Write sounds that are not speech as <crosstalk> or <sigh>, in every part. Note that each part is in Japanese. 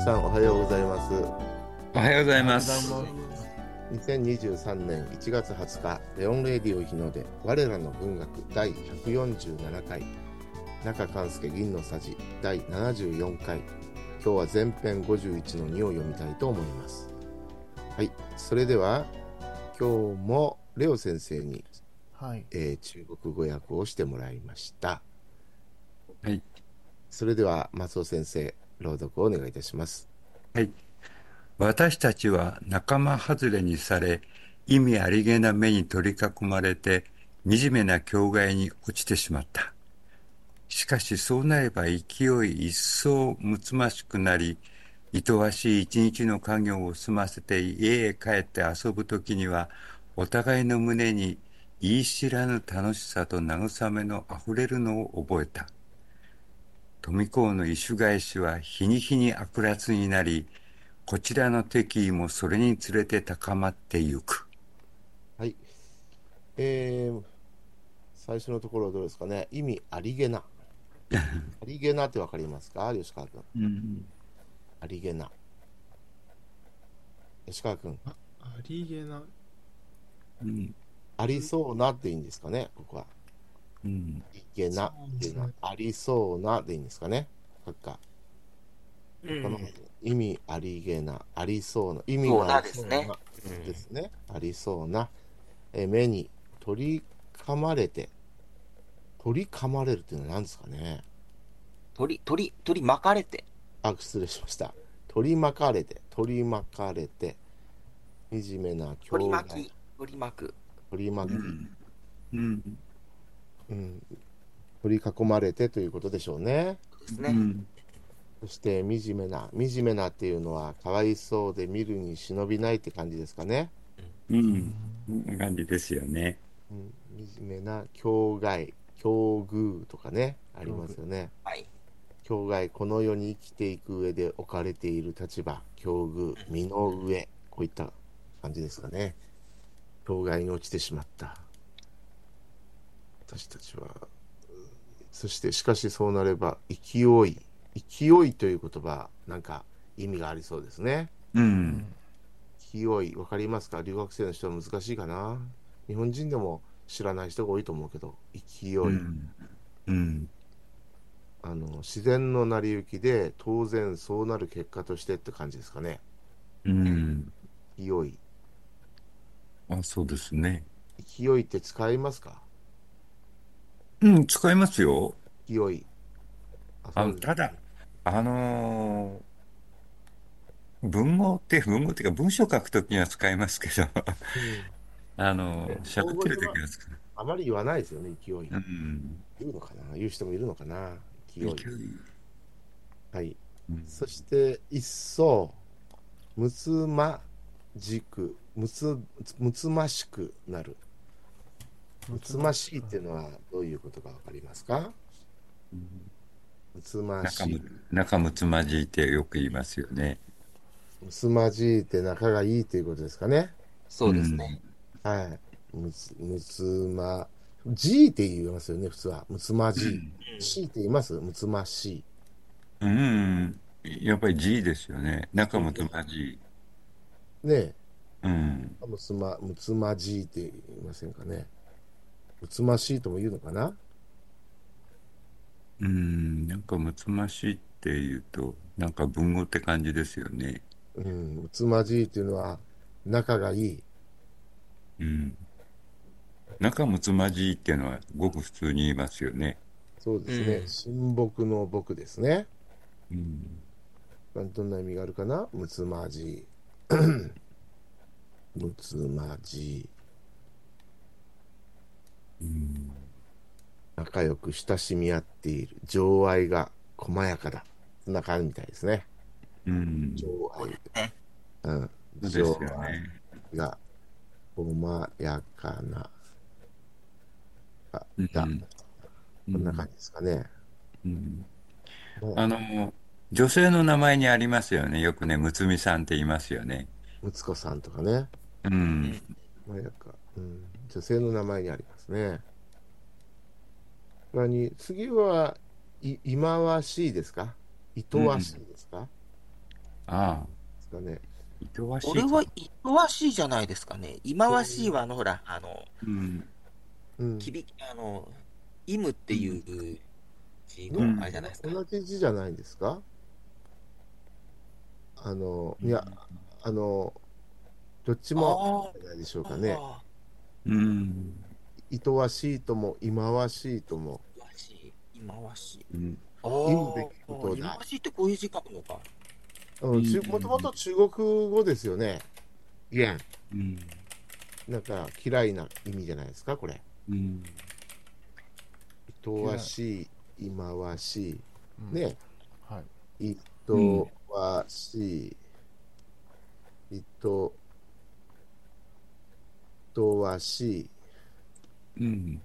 さんおはようございます。おはようございます。 2023年1月20日、レオンレディオ日の出、我らの文学第147回、中勘介銀のさじ第74回、今日は前編51の2を読みたいと思います。はい、それでは今日もレオ先生に、はい。えー中国語訳をしてもらいました。はい。それでは松尾先生、朗読をお願いいたします。私たちは仲間外れにされ、意味ありげな目に取り囲まれて、惨めな境外に落ちてしまった。しかしそうなれば勢い一層むつましくなり、愛おしい一日の家業を済ませて家へ帰って遊ぶときには、お互いの胸に言い知らぬ楽しさと慰めの溢れるのを覚えた。富公の異種返しは日に日に悪辣になり、こちらの敵意もそれにつれて高まってゆく。はい。えー、最初のところはどうですかね。意味ありげな。ありげなってわかりますか吉川君。ありげな。吉川君、ありげな。うんありそうなっていいんですかねここは。うんありげなっていうのは、ありそうなでいいんですかね書くか。この意味ありげな、ありそうな。意味がありそうなそうなですね。ありそうな。えー目に取り噛まれて。取り噛まれるっていうのは何ですかね鳥、鳥、鳥巻かれて。あ、失礼しました。取り巻かれて、取り巻かれて、惨めな境鳥外巻き。鳥巻く。取り巻き、うんうん、取り囲まれてということでしょうね。ですうね。んそして、惨めな、惨めなっていうのは、かわいそうで見るに忍びないって感じですかね。うんこんな感じですよね。うん、惨めな境外、境遇とかね、ありますよね。はい。境外、この世に生きていく上で置かれている立場、境遇、身の上、こういった感じですかね。境外に落ちてしまった。私たちは、うんそして、しかしそうなれば、勢い、勢いという言葉、なんか意味がありそうですね。うん勢い、わかりますか留学生の人は難しいかな。日本人でも知らない人が多いと思うけど、勢い。うんうんあの自然の成り行きで当然そうなる結果としてって感じですかね。うん勢い。あそうですね。勢いって使いますかうん使いますよ。勢い。あそうのですただ、あのー文語って文語っていうか文章書くときには使いますけど、あのー喋ってるときは使う。あまり言わないですよね、勢い。うん言うのかな言う人もいるのかな勢い。はい。うんそして、一層、むつまじく、むつ、むつましくなる。むつましいっていうのはどういうことかわかりますかむつまし仲いむ。仲むつまじいってよく言いますよね。むつまじいって仲がいいということですかね。そうですね。はい。むつ、むつま、じいって言いますよね、普通は。むつまじい。しいって言いますむつましい。うん、やっぱり G ですよね。仲むつまじい。ねえ。うん、むつま、むつまじいって言いませんかね。むつましいとも言うのかなうん、なんかむつましいっていうと、なんか文語って感じですよね。うん。むつまじいっていうのは、仲がいい。うん。仲むつまじいっていうのはごく普通に言いますよね。そうですね。うん親睦の僕ですね。うん、どんな意味があるかなむつまじい。 <clears throat> むつまじい。うん、仲良く親しみ合っている情愛が細やかだそんな感じみたいですねうん、情そ愛うんうです情よ愛ね。が細やかなあうんだ、うこんな感じですかね、うんもうあの、女性の名前にありますよね。よくね、むつみさんって言いますよね。むつこさんとかねうん。細やか、うん、女性の名前にありますねそれに次はい忌まわしいですかいとわしいですか、ああ、ですかね。愛しいか。これは、いとわしいじゃないですかね。忌まわしいは、あの、ほら、あの、うん、うん、きび、あの、いむっていう字うの、んあれじゃないですか。同じ字じゃないんですかあの、いや、あの、どっちもあじゃないでしょうーかね。あうん、いとわしいとも、忌まわしいとも。ー忌まわしい。忌まわしい。うん、あむべーきことだ忌まわしいってこういう字書くのか。うん、ちゅうんもともと中国語ですよね。いや、うん、なんか嫌いな意味じゃないですか、これ。うん、いとわしい、忌まわしい。うんね、はい。いとわしい、いと、いとわしい。うん、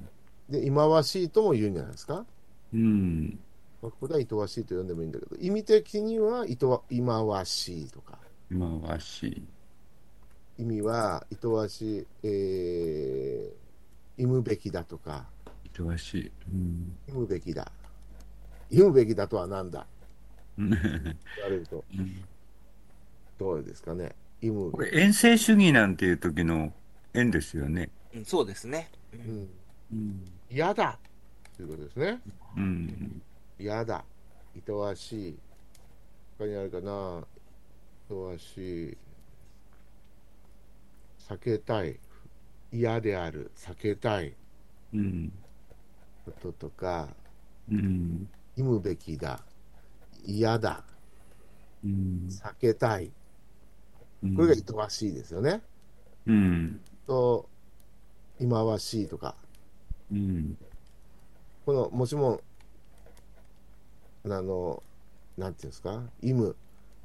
で、忌まわしいとも言うんじゃないですか。うん、まあ、ここではいとわしいと呼んでもいいんだけど、意味的にはいとわ忌まわしいとか、忌まわしい。意味はいとわしい、えー、忌むべきだとか、いとわしい。うん、忌むべきだ。忌むべきだとは何だうん言われると、どうですかね。忌むこ。れ、遠征主義なんていう時の縁ですよね。うん、そうですね。ううんん。うん、嫌だということですね。うん、嫌だ、いとわしい。他にあるかな、いとわしい。避けたい、嫌である、避けたいうん、こととか、うん、忌むべきだ、嫌だ、うん、避けたい。うんこれがいとわしいですよね。うん、と、忌まわしいとか、うん、この、もしも、あの、なんていうんですか、忌む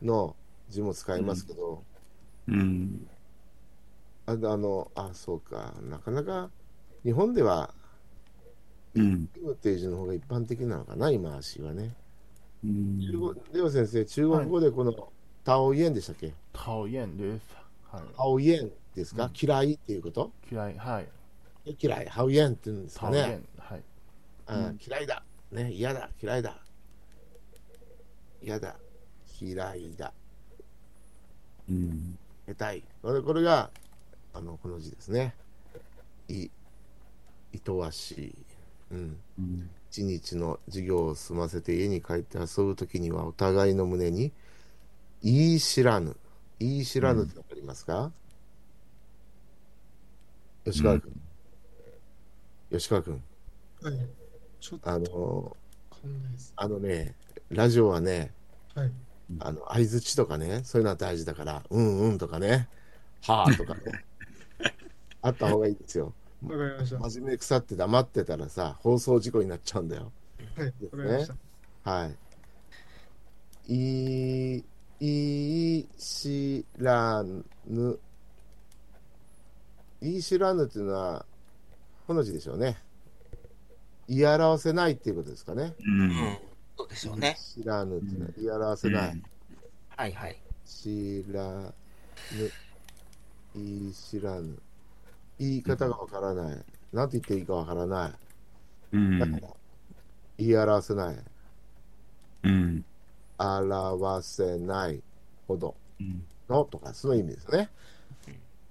の字も使いますけど、うん、ああの、あ、そうか、なかなか日本では、うん、義務っていう字の方が一般的なのかな、今足はね。うん中国では先生、中国語でこの、タオイエンでしたっけ討厌です。はタオイエンですか、うん嫌いっていうことい。嫌い。はい。嫌い、ハウイエンって言うんですか討ね。厌。はい。あー嫌いだ、ね、嫌だ、嫌いだ。嫌だ、嫌いだ、うん、得たい。これこれが、あの、この字ですね。い、いとわしい。うん。うん、一日の授業を済ませて家に帰って遊ぶときにはお互いの胸に「言い知らぬ」「言い知らぬ」ってわかりますか、吉川君、吉川君はい。ちょっとあのわかんないです。あのねラジオはねはい。あの相づちとかねそういうのは大事だから「うんうん」とかね「はあ」とかねあった方がいいですよわかりました。は真面目腐って黙ってたらさ放送事故になっちゃうんだよい。わかりました。はい。い、い知らぬ。いい知らぬっていうのは、この字でしょうね。言い表せないっていうことですかね。ううんん。そうでしょうね。知らぬっていうのは言い表せない。はいはい。知らぬ。いい知らぬ。言い方がわからない。なんて言っていいかわからなうい。だんから、言い表せない。うん表せないほど。うんのとか、その意味ですね。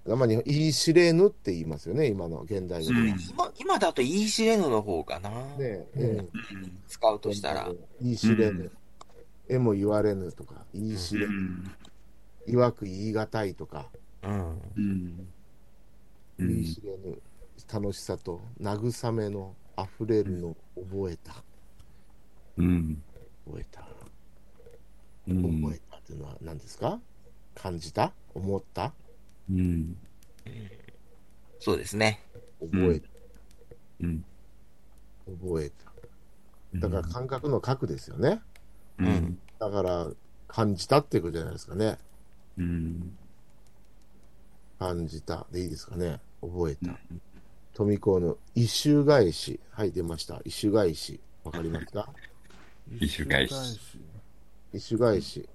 まあ、日本言い知れぬって言いますよね、今の現代語では。今、今だと言い知れぬの方かな。ねえ、うんええ使うとしたら。。言い知れうぬ。えも言われぬとか、言い知れうぬ。んいわく言い難いとか、うん。うんう言いん知れぬ。楽しさと慰めの溢れるのを覚えた。うん覚えた。うん覚えたっていうのは何ですか感じた思ったうんそうですね。覚えた。うん覚えた。だから感覚の核ですよね。うんだから感じたっていうことじゃないですかね。うん感じたでいいですかね覚えうたん。富子の一周返し。はい、出ました。一周返し。わかります <laughs> か一周返し一周し一周返し。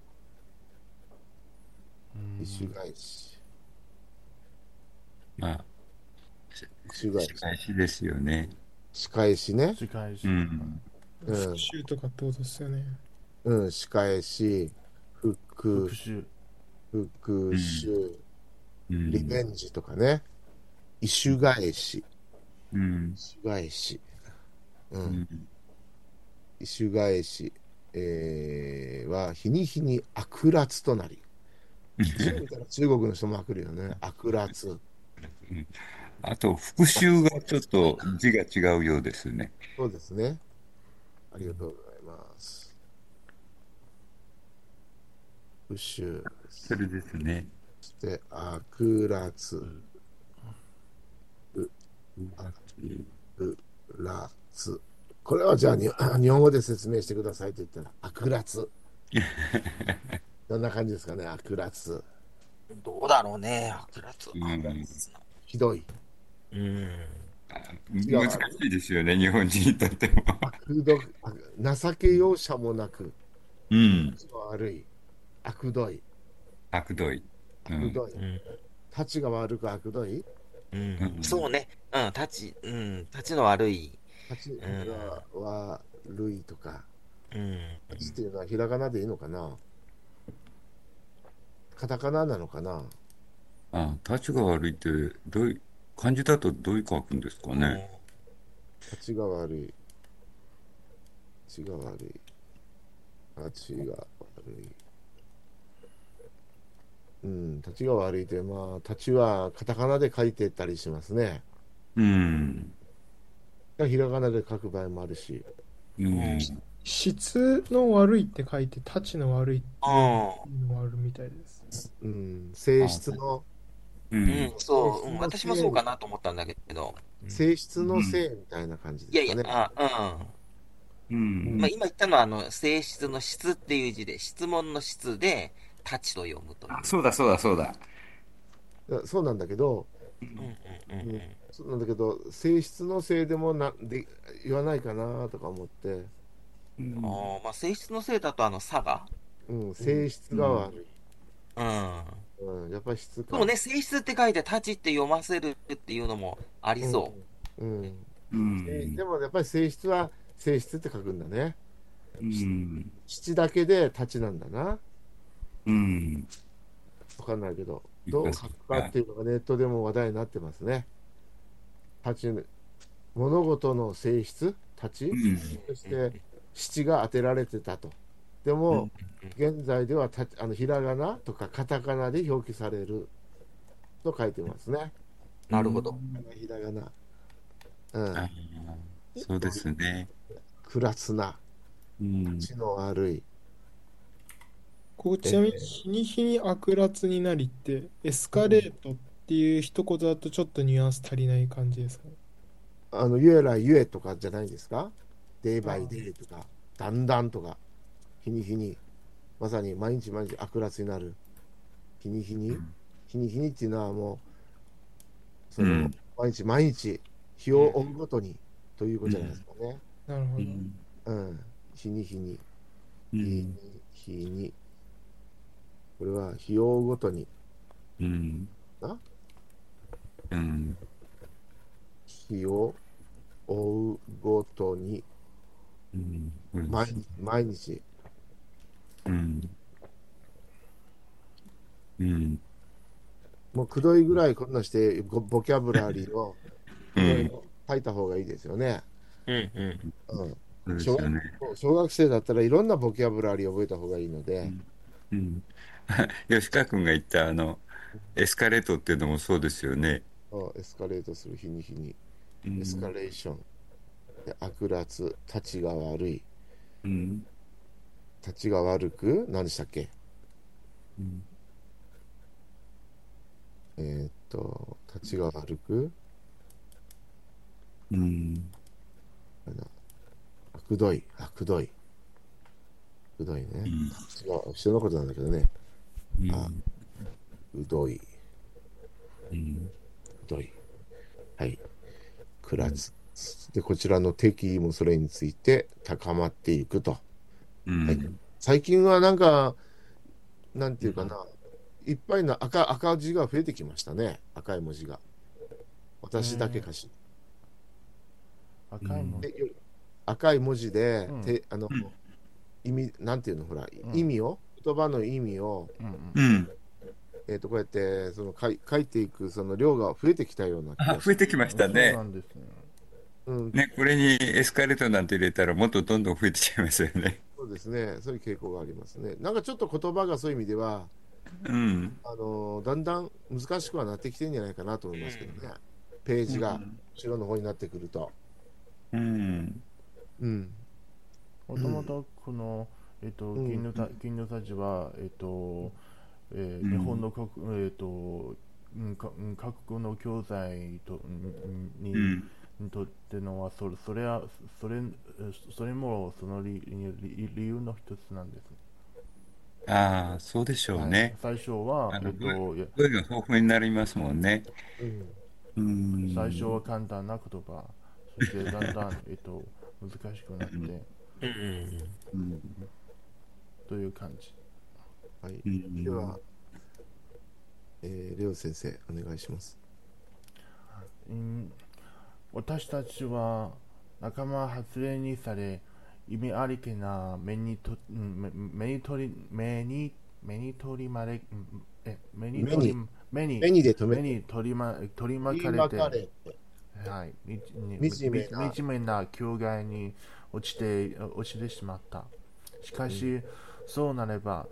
うん一周返し。まあ一周返し。返しですよね仕返しね。仕返し。うんうん復習とかってことですよね。うん、仕返し。復復讐。讐、復讐、うんリベンジとかね。異種返し、うん異種返し。う。うんん異種返し、えーは日に日に悪辣となり中国の人も悪るよね悪辣あと、復讐がちょっと字が違うようですね。そうですねありがとうございます復讐それですね。そして悪辣辣これはじゃあに日本語で説明してくださいと言ったら悪辣どんな感じですかね悪辣どうだろうね、はくらつうんひどいうん。難しいですよね、日本人にとっても。悪毒悪情け容赦もなくうん。悪い、悪どい、悪どい。う悪ん。どい、うん立ちが悪く悪どい、うんう、んそうね、うん、立ち、うん、立ちの悪い、立ちが悪いとか、うん、立ちっていうのはひらがなでいいのかなカタカナなのかなあ、立ちが悪いって、どういう、漢字だとどういう書くんですかね。立ちが悪い、立ちが悪い、立ちが悪い。うん、立ちが悪いって、まあ、立ちはカタカナで書いてたりしますね。うん。ひらがなで書く場合もあるし。うん。質の悪いって書いて、立ちの悪いっう、ていうのがあるみたいです。うん、性質の、うんうんん。、そう、うん、私もそうかなと思ったんだけど、性質の性みたいな感じいやでいすやかね。、あ、うん。うん。まあ、今言ったのは、あの、性質の質っていう字で、質問の質で、立ちと読むという。そうだ、そうだ、そうだ。だそうなんだけど、うんうんうんうん。そうなんだけど、性質の性でもなで言わないかなとか思って、うんあーまあ、性質の性だと、あの、差が。うん、性質が悪い。うん。うん、やっぱり質でか。もね、性質って書いて、立ちって読ませるっていうのもありそう。うん。うんででもやっぱり性質は性質って書くんだね。うん。質だけで立ちなんだな。うん。わかんないけど、どう書くかっていうのがネットでも話題になってますね。立ち、物事の性質、立ち、そして、七が当てられてたと。でも、現在ではたあのひらがなとかカタカナで表記されると書いてますね。なるほど。ひらがな。うん。そうですね。クラスな、うん。血の悪い。こうちなみに日に日に悪辣になりってエスカレートっていう一言だとちょっとニュアンス足りない感じですかね。あの、ゆえらゆえとかじゃないですかデイバイデイとか、だんだんとか、日に日に、まさに毎日毎日悪辣になる。日に日に、日に日にっていうのはもう、その、うん毎日毎日、日を追うごとに、ということじゃないですかね。なるほうど。ん。うん、日に日に、う日にん。日に。これは日を追うごとに、うん。うん。日を追うごとに、うん。毎日、毎日、うん。うん。もうくどいぐらいこんなしてごボキャブラリーをうん。書いた方がいいですよね。うんうん。うん、そうですよね。小学生だったらいろんなボキャブラリーを覚えた方がいいので、うん。 <laughs> 吉川君が言った、あの、エスカレートっていうのもそうですよね。うんエスカレートする日に日に、うんエスカレーション、で悪辣、立ちが悪い、うん。立ちが悪く、何でしたっけうんえーっと、立ちが悪く、うん。あれだあくどい、あくどい。くどいね。ん違う、人のことなんだけどね。うんあうどい、ううん。どい。はい。くらつ。で、こちらの敵意もそれについて高まっていくと。うんはい最近はなんか、なんていうかな、いっぱいの赤赤字が増えてきましたね。赤い文字が。私だけかし。赤いもん。でよ赤い文字で、うんてあの、意味、なんていうの、ほら、ん意味を言葉の意味を、うんううんん。えー、とこうやってその書い書いていくその量が増えてきたような気あが、す増えてきましたねそう。なんですね。る、うん、ね、これにエスカレートなんて入れたらもっとどんどん増えてちゃいますよね。そうですねそういう傾向がありますねなんかちょっと言葉がそういう意味ではうん。あのーだんだん難しくはなってきてんじゃないかなと思いますけどね、ページが後ろの方になってくると、うん。うん、もともとこの、えっと、うん銀のた銀のさじは、えっとえーうん日本の国、えっとうんかうん各国の教材とうんうんに,、うん。にとってのはそれそれはそれそれもその理理理由の一つなんですね。ああ、そうでしょうね。最初は、あえのっと、いや声が豊富になりますもんね。うんうん。最初は簡単な言葉、そしてだんだん、え <laughs> っと、難しくなってうんうんうん。という感じ。はい、うんでは、えー、レオ先生お願いしますうん私たちは仲間外れにされ意味ありげな目にとうん目目に取り目に目に取りまれうんえ目に取り目に目にで止め目に取りま取り巻か言いれまてかれてはいみにみ惨めな惨めな境外に落ちて落ちてしまったしかし、そうなれば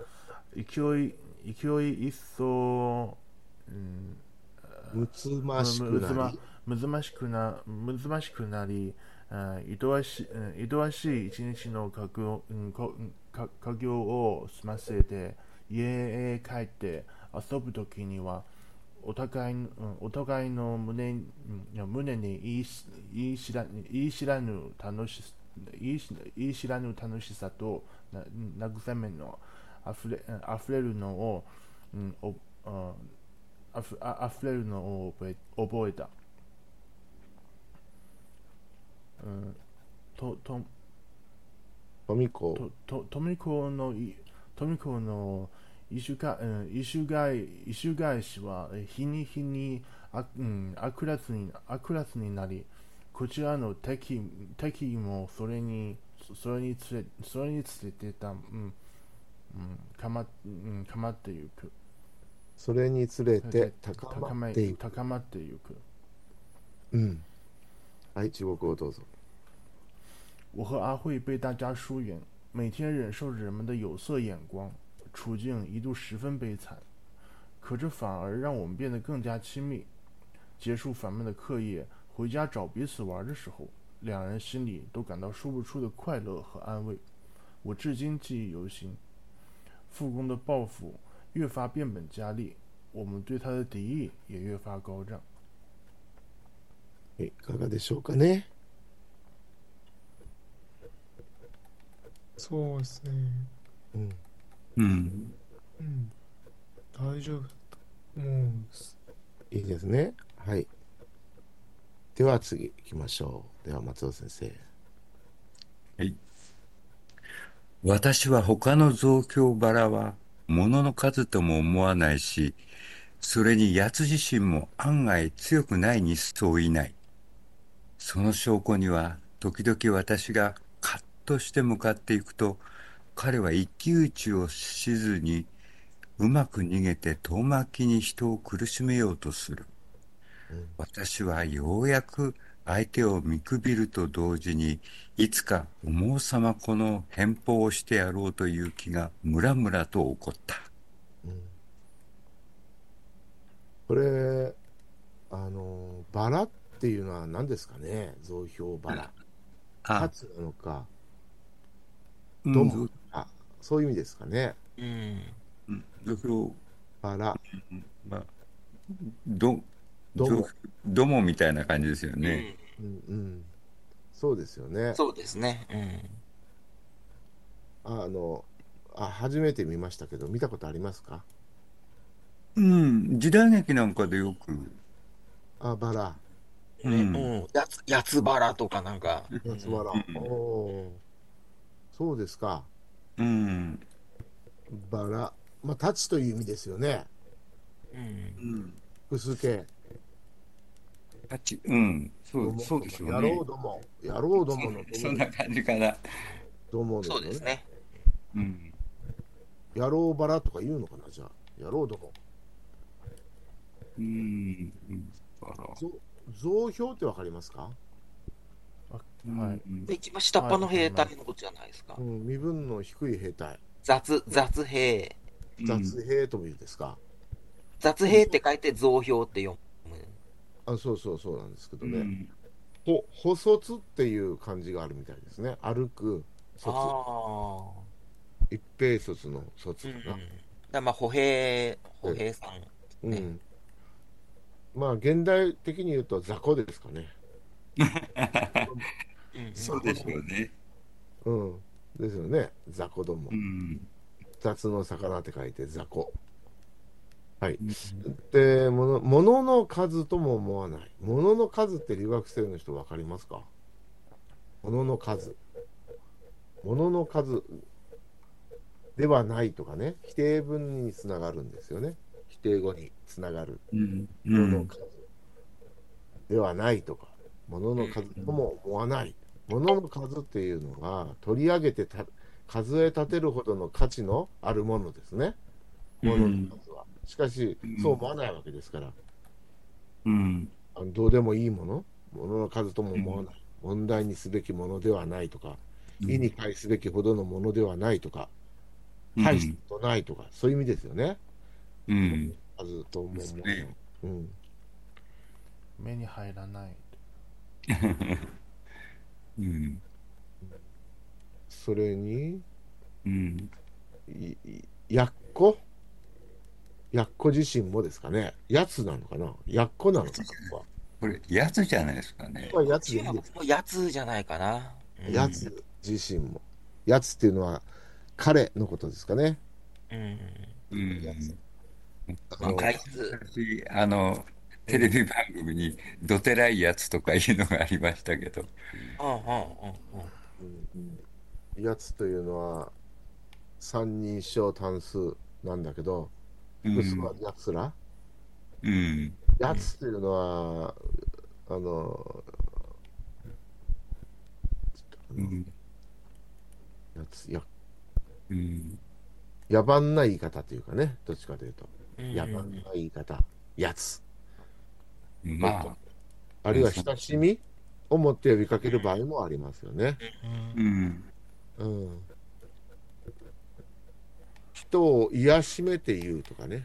勢い勢い一層、うん、むつましくなりむずましくな難しくなり、あー忙しうん忙しい一日の家業うんこうんか家業を済ませて家へ帰って遊ぶときにはお互いのうんお互いの胸にうん胸に言いし言い知ら言い知らぬ楽し言いし言い知らぬ楽しさとな慰めのあふれあふれるのを、うんおうんあふああふれるのを覚え覚えた、うん、とと富子とと富子のい富子の異種がうん異種外異種外しはえ日に日にあうん悪辣に悪辣になりこちらの敵敵もそれにそそれにつれそれにつれてたうんうんかまうんかまってゆくそれにつれて高高まめっていく、高まってゆくうん、はい中国語どうぞ我和阿慧被大家疏远，每天忍受着人们的有色眼光，处境一度十分悲惨。可这反而让我们变得更加亲密。结束烦闷的课业，回家找彼此玩的时候，两人心里都感到说不出的快乐和安慰。我至今记忆犹新。复工的报复越发变本加厉，我们对他的敌意也越发高涨。いかがでしょうかねそうですね。うんうん。うん。大丈夫だと思うんです。いいですねはいでは次行きましょうでは松尾先生私は他の増強バラは物の数とも思わないし、それに奴自身も案外強くないにそういない。その証拠には、時々私がカッとして向かっていくと、彼は一騎打ちをしずに、うまく逃げて遠巻きに人を苦しめようとする。私はようやく相手を見くびると同時に、いつかおもうさまこの返報をしてやろうという気がムラムラと起こった。これあのバラっていうのは何ですかね増票バラあ、勝つなのかうんどうもあそういう意味ですかねうんうんどうバラまあ、ど、どうもどうもみたいな感じですよね。うんうんそうですよねそうですね。うん。あのあ初めて見ましたけど見たことありますかうん、時代劇なんかでよく、あバラうんうん、やつ、やつばらとかなんか。松原、うんおおーそうですかうん、バラまあ立つという意味ですよねうん。うん、複数形たち、うん、そう、そうでしょうねやろ <laughs> う。どもやろうどものそんな感じかな。どものそうですね。うん、野郎バラとか言うのかな、じゃあ。野郎ども。うん。うんあらぞ増票ってわかりますか、はいうんで一番下っ端の兵隊のことじゃないですか。うん、身分の低い兵隊、雑、雑兵。雑兵とも言うんですか、雑兵って書いて増票って読む。あそうそうそうなんですけどうんね、ほ歩卒っていう漢字があるみたいですね。歩く卒、ああ。一平卒の卒うん。だかかな。らまあ、歩兵、歩兵さん。うん。まあ、現代的に言うと雑魚ですかね。うんうんそうですよね。うん。ですよね。雑魚どもう。ん。雑の魚って書いて雑魚。で、もの、ものの数とも思わない。ものの数って留学生の人分かりますかものの数。ものの数ではないとかね、否定文につながるんですよね。否定語につながる。うん。うもののん。数ではないとか、ものの数とも思わない。ものの数っていうのが取り上げてた数え立てるほどの価値のあるものですね。ものの数は。しかしうん、そう思わないわけですから、うん。あのどうでもいいもの、ものの数とも思わない。問題にすべきものではないとか、意に介すべきほどのものではないとか、うん大したことないとか、そういう意味ですよね。うん。数とも思わですないね。うん目に入らない。うん。それに、うん。いいやっこやっこ自身もですかね。やつなのかなやっこなのかなここれ、やつじゃないですかねこ。はここはやつでいい中で国すもやつじゃないかな。かやつ自身も。やつっていうのは彼のことですかね。うん。うん。あのあいつ、昔あの、テレビ番組に、どてらいやつとかいうのがありましたけど。うんうんうんうん。やつというのは三人称単数なんだけど、うん嘘はやつら。うん。やつというのは、あの、うん。やつ、や、うん。野蛮な言い方というかね。どっちかというと。うん野蛮な言い方。やつ。まあ、あるいは親しみを持って呼びかける場合もありますよね。うんうん。うん、人を癒しめて言うとかね。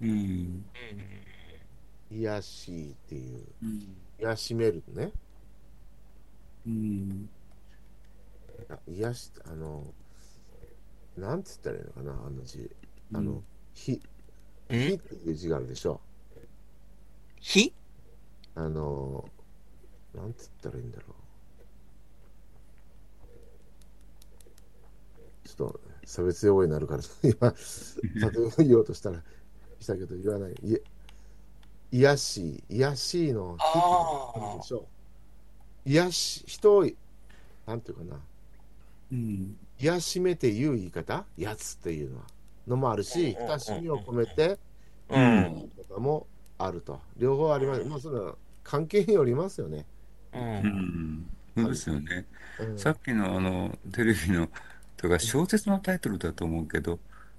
うん。癒しいっていう。うん。癒しめるね。うん。あ癒し、あの、なんつったらいいのかな、あの字。あの、ひ、うんひっていう字があるでしょ。火あの、なんつったらいいんだろう。ちょっと差別用語になるから、 <laughs> 今、例えば言おうとしたら、したけど言わない。いえ、癒やしい、癒やしいの、あーあるでしょう。癒やし、人を、なんていうかな、うん。癒やしめて言う言い方、やつっていうのは、のもあるし、うんうんう親んしみを込めて、うう。ん言い方もあると。両方あります。まあ、それは関係によりますよね。う。うんん。そうですよね。うんさっきのあの、テレビの、とか小説のタイトルだと思うけど、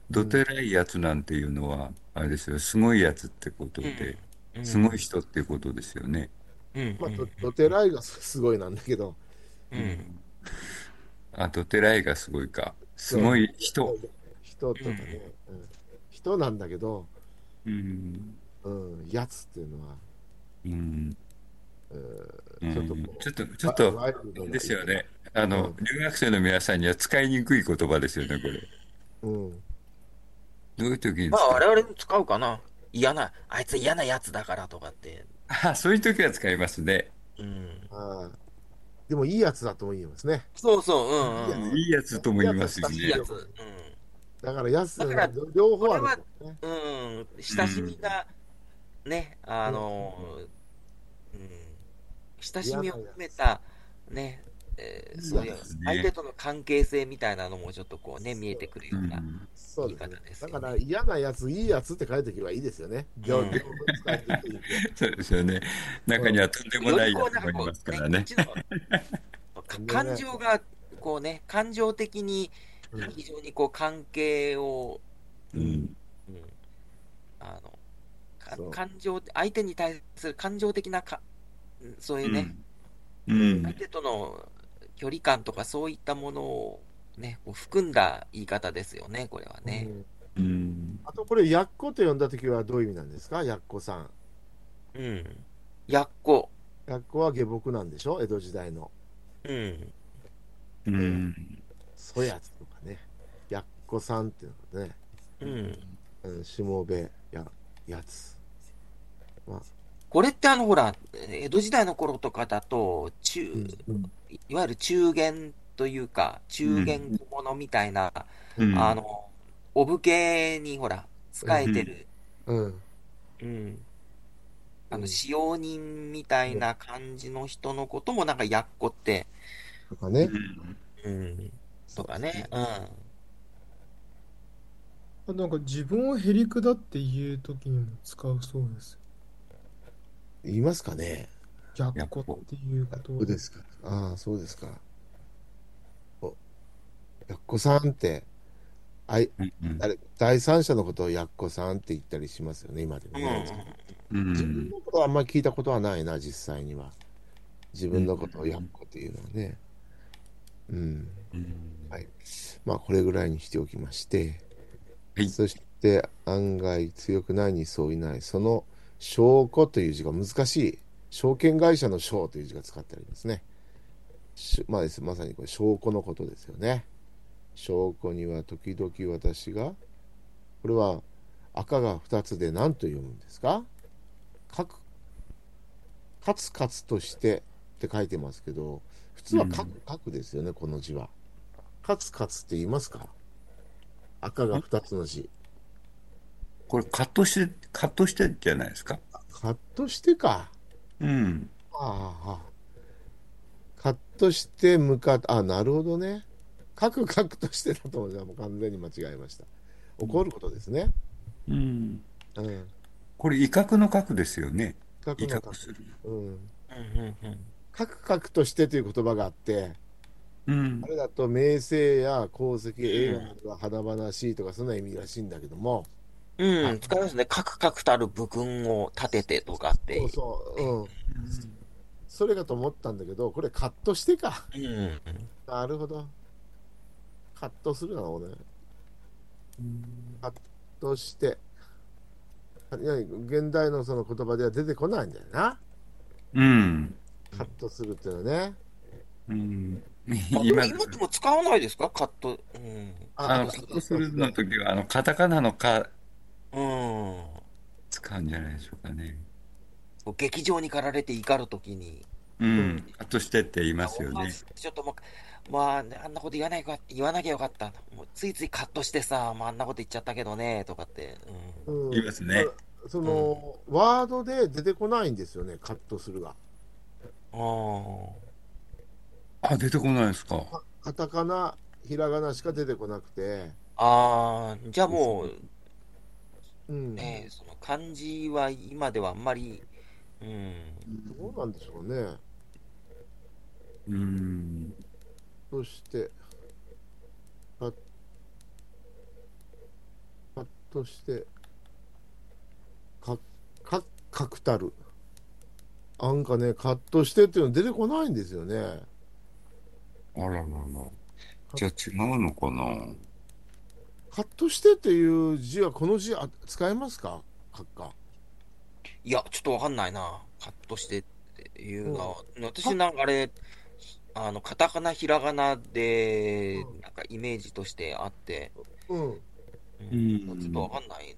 どてらいやつなんていうのは、あれですよ、すごいやつってことで、うんすごい。人ってことですよね。うん。まあ、ドドテライがすすごいなんだけど、うん。あ、どてらいがすごいか。すごい人。人とかね、うん人なんだけど、うん。うん、やつっていうのは、うん。うんちょっとうんこうちょっと、ちょっと、ワイルドなですよね。あの、留学生の皆さんには使いにくい言葉ですよね、これ。うん、どういう時にま使あ、う我々も使うかな。嫌な、あいつ嫌なやつだからとかって。 <laughs> あ、そういう時は使いますね。うん。ああでもいいやつだとも言えますね。そうそう、うんうん。いいやつとも言いますよいねい。やつ。うん。だから、やつだから両方あるんですよね。うん、親しみが、ね、あのー、うん、親しみを込めた、ね、えーそういそううですね相手との関係性みたいなのもちょっとこうね、見えてくるうような。ん。そうですね言い方ですだよねから、嫌なやつ、いいやつって書いておけばいいですよね。両うん両方使えていいんでそうですよね。中にはとんでもないやつもいますからね。よりこうなんかこうねこっちのか感情が、こうね、感情的にうん非常にこう関係を、うん。うんあのかそう感情相手に対する感情的なかうんそういうね、うん。相手との距離感とかそういったものを、ね、こう含んだ言い方ですよね、これはねう。んうん。あとこれ、やっこと呼んだときはどういう意味なんですか、やっこさん。うん。やっこ。やっこは下僕なんでしょ、江戸時代の。うん。うん。そやつとかね。やっこさんっていうのがね、うん。うん、しもべややつ。これってあの、ほら、江戸時代の頃とかだと、中、うんいわゆる中元というか、中元小物みたいな、うん。あの、お武家にほら、仕えてる、うん。うん。あうんの、使用人みたいな感じの人のこともなんか、やっこって、とかね。うん。とかね、あなんか自分をへりくだって言うときにも使うそうです。言いますかね。やっこっていうことそうですか。ああ、そうですか。おやっこさんって、あいうんあれ第三者のことをやっこさんって言ったりしますよね、今でもうん。ね。うんう自分ん。のことはあんまり聞いたことはないな、実際には。自分のことをやっこっていうのはね。うん。うんはい。まあ、これぐらいにしておきまして。はいそして、案外強くないにそういない。その証拠という字が難しい。証券会社の証という字が使ってありますね。しまあです、まさにこれ証拠のことですよね。証拠には時々私が、これは赤が2つで何と読むんですかかく、かつかつとしてって書いてますけど、普通はかくかくですよね、この字は。カツカツって言いますか赤が2つの字。これカットして、カットしてじゃないですか。カットしてか。うん。ああああ。カットして向かっあ、なるほどね。カクカクとしてだと思うじゃもう完全に間違えました。怒ることですね。うん。うん。これ威嚇の核ですよね。カク威のカク嚇する。うん。うんうんうんカクカクとしてという言葉があって、うんあ。れだと名声や功績、映画とか華々しいとかそんな意味らしいんだけども、うあん、使いますね。カクカクたる武軍を立ててとかってそうう。いそう、うん。それかと思ったんだけど、これカットしてか。うん。なるほど。カットするな、俺。カットして。いや現代のその言葉では出てこないんだよな。うん。カットするっていうのはね。うん。あでも今、今でも使わないですかカット。うん。あの、カットするの時は、あの、カタカナのカうん。使うんじゃないでしょうかね。こう劇場に駆られて怒るときに。うん。カットしてって言いますよあおね前。ちょっともう、まあ、あんなこと言わないか、言わなきゃよかった。もうついついカットしてさ、まあ、あんなこと言っちゃったけどね、とかって。うん。うん言いますね。その、ワードで出てこないんですよね、カットするが。ああ、出てこないですか。カタカナ、ひらがなしか出てこなくて。あー、じゃあもう、うん。ね、その漢字は今ではあんまり、うん。どうなんでしょうね。うん。そして、カッカットして、か、か、かくたる。なんかね、カットしてっていうの出てこないんですよね。あららら。じゃあ違うのかな。カットしてっていう字は、この字あ、使えますかカッカ。いや、ちょっとわかんないな。カットしてっていうのは、私なんかあれ、あの、カタカナ、ひらがなでう、なんかイメージとしてあって、うん。うんうんちょっとわかんない。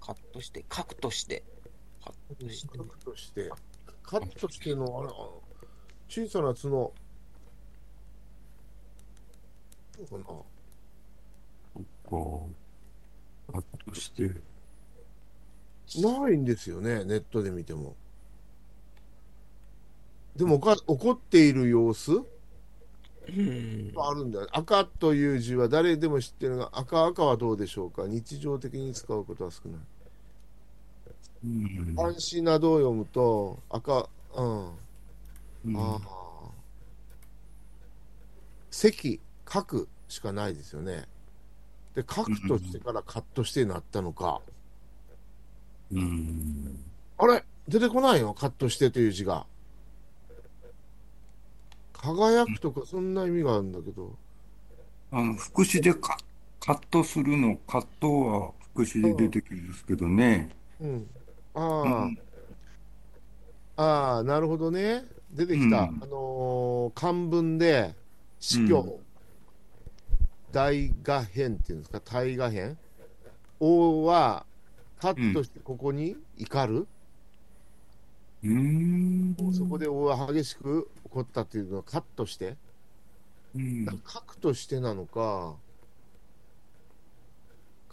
カットして、カクとして、カットしてカ、ットして。カットしての、あれ、あの小さな角。どうかなこう、カットして。ないんですよね、ネットで見ても。でもおか怒っている様子うんあるんだよね。赤という字は誰でも知ってるが、赤赤はどうでしょうか日常的に使うことは少ない。うん。安心などを読むと、赤、うん、あうんあ。咳、書く、しかないですよね。で、書くとしてからカットしてなったのか、うん。あれ出てこないよ、カットしてという字が。輝くとか、そんな意味があるんだけど、あの、副詞でカ、カットするの、カットは副詞で出てくるんですけどね。うん。うあん。あ、ああ、なるほどね。出てきた。うんあのー漢文で、死う去、大画変っていうんですか、大画変。王は、カットしてここに怒る。うーん。そこで王は激しく怒ったっていうのをカットして。うん。書くとしてなのか、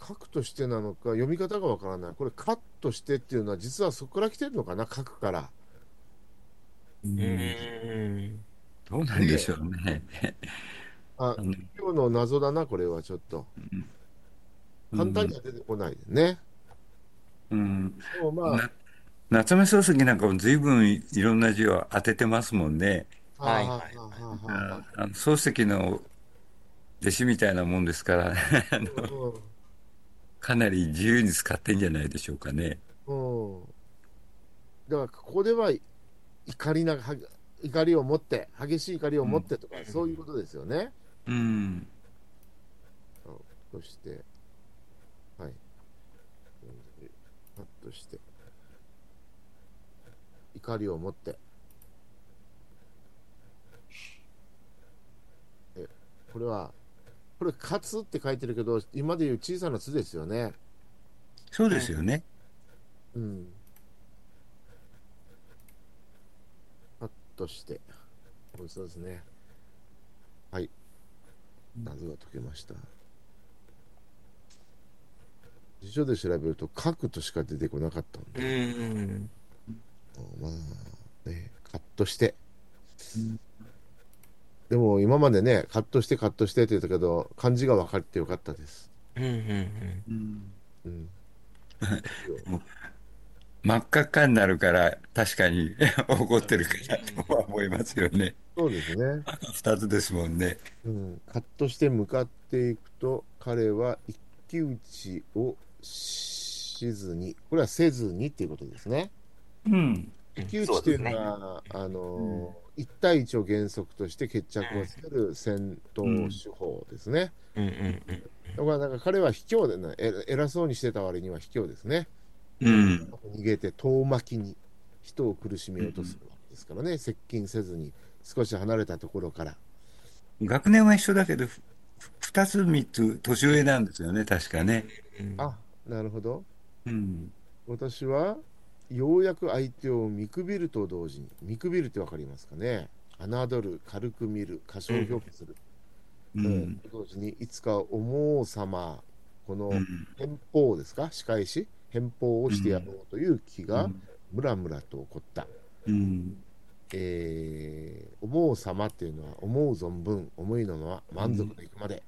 書くとしてなのか、読み方がわからない。これ、カットしてっていうのは、実はそこから来てるのかな、書くから。うんん。どうなんでしょうね。ああの今日の謎だな、これはちょっと。簡単には出てこないですね。うん。でもまあ、な夏目漱石なんかも随分いろんな字を当ててますもんね。はいははいあはうあんはあはああの漱石の弟子みたいなもんですから、 <laughs> あのかなり自由に使ってんじゃないでしょうかね。うんうんだから、ここでは怒りなは怒りを持って、激しい怒りを持ってとか、うんそういうことですよね。うん。カットして、はい。カットして、怒りを持って、え、これは、これ、カツって書いてるけど、今でいう小さな巣ですよね。そうですよね。うん。カットして、美味しそうですね。はい。謎が解けました。辞書で調べると、書くとしか出てこなかったんうで、ん。まあ、ね、カットして。でも、今までね、カットして、カットしてって言ったけど、漢字が分かってよかったです。うん。うん。うん。真っ赤っかになるから、確かに <laughs> 怒ってるからとは思いますよね。そうですね。二つですもんね。うん、カットして向かっていくと彼は一騎打ちをしずにこれはせずにっていうことですね。うん。うん一騎打ちというのは、あのー、1対1を原則として決着をつける戦闘手法ですね。うんうんうだん。からなんか彼は卑怯でないえ偉そうにしてた割には卑怯ですね。うん。逃げて遠巻きに人を苦しめようとするわけですからね、接近せずに少し離れたところから。学年は一緒だけど、ふ二つ三つ年上なんですよね、確かね。あなるほど。うん。私はようやく相手を見くびると同時に見くびるってわかりますかね侮る軽く見る過小評価する、ううんん。と同時にいつか思う様このうん変法ですか仕返し変法をしてやろうという気がうんムラムラと起こった、うん。えー思う様っていうのは思う存分思いのまま満足のいくまで、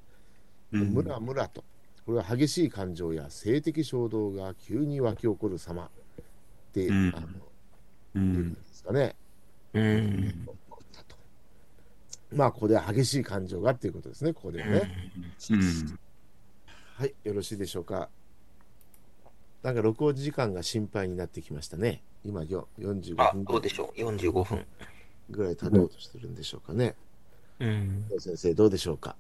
うんムラムラと、これは激しい感情や性的衝動が急に湧き起こる様って、うんあのういうんん。ですかね、うん。だとまあここでは激しい感情がっていうことですねここではね、うん。はいよろしいでしょうかなんか録音時間が心配になってきましたね今よあ、 45どうで分しょう ?45 分。ぐらい経とうとしてるんでしょうかね、うん。先生どうでしょうか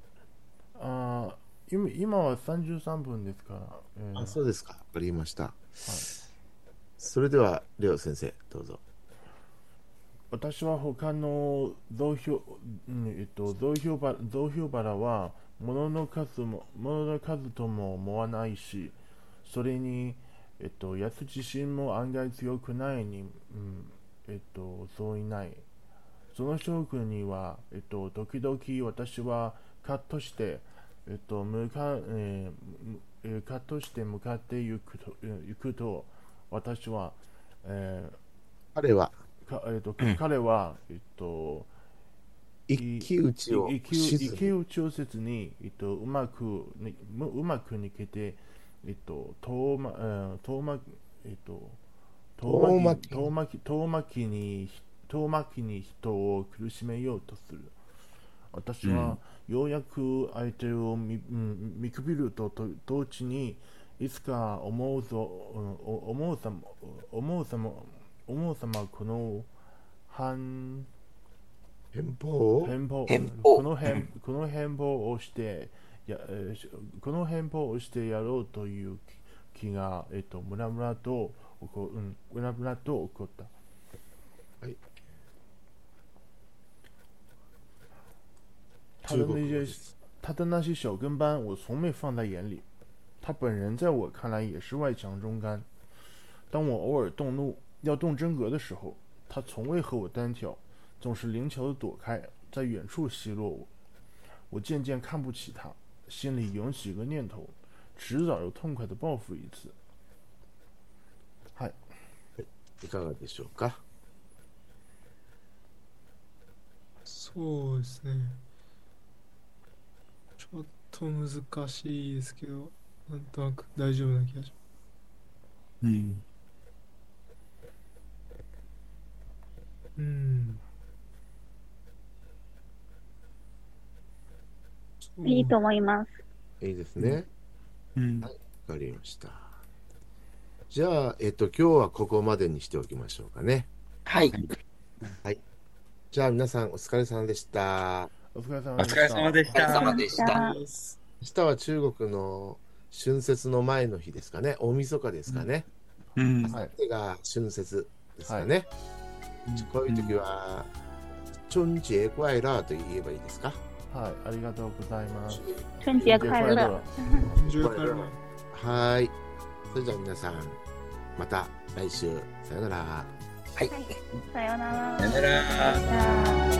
あー今今は33分ですから、えーあそうですかわかりました、それではレオ先生どうぞ私は他の増票、うんえっと、増票ば増票腹は物の数も物の数とも思わないしそれに、えっと、やつ自身も案外強くないに、うんえっと、そういないその証拠には、えっと、時々私はカットして、えっと向かえーむえーカットして向かっていくと,、えー行くと私は、えー彼はかえっと彼は、えっと、一騎打ちをいし一ず級にを調節に、えっと、うまくねむうまく抜けて、えっと、遠ま、えー遠ま、えっと、遠巻き遠巻き遠巻きに遠巻きに人を苦しめようとする。私はようやく相手を見,、うん、見くびるとと同時にいつか思うぞ、うんお思うさま、思うさま、思うさま、この反変貌変貌変貌この変この変貌をしてやえーしこの変貌をしてやろうという気気がえっ、とムラムラと起こうんムラムラと起こった。はい。他的那中国些語です他的那些小跟班，我从没放在眼里。他本人在我看来也是外强中干。当我偶尔动怒要动真格的时候，他从未和我单挑，总是灵巧的躲开，在远处奚落我。我渐渐看不起他，心里涌起个念头，迟早要痛快的报复一次。いかがでしょうかそうですね。ちょっと難しいですけど、なんとなく大丈夫な気がしうん。ます。うん。そういいと思います。いいですね。うん。わかりました。じゃあ、えっと、今日はここまでにしておきましょうかね。はい。じゃあ、皆さんお疲れ様でした。お疲れ様おで疲しれた。様でしお疲た。れ様でした。あです明日は中国の春節の前の日ですかね。大晦日ですかね。うん。明後日が春節ですかね。こういう時は、春節快乐と言えばいいですか。はい、ありがとうございます。春節快乐。 10回目。はい。それじゃあ皆さん、また来週。さよなら。さようなら。さよなら。じゃあ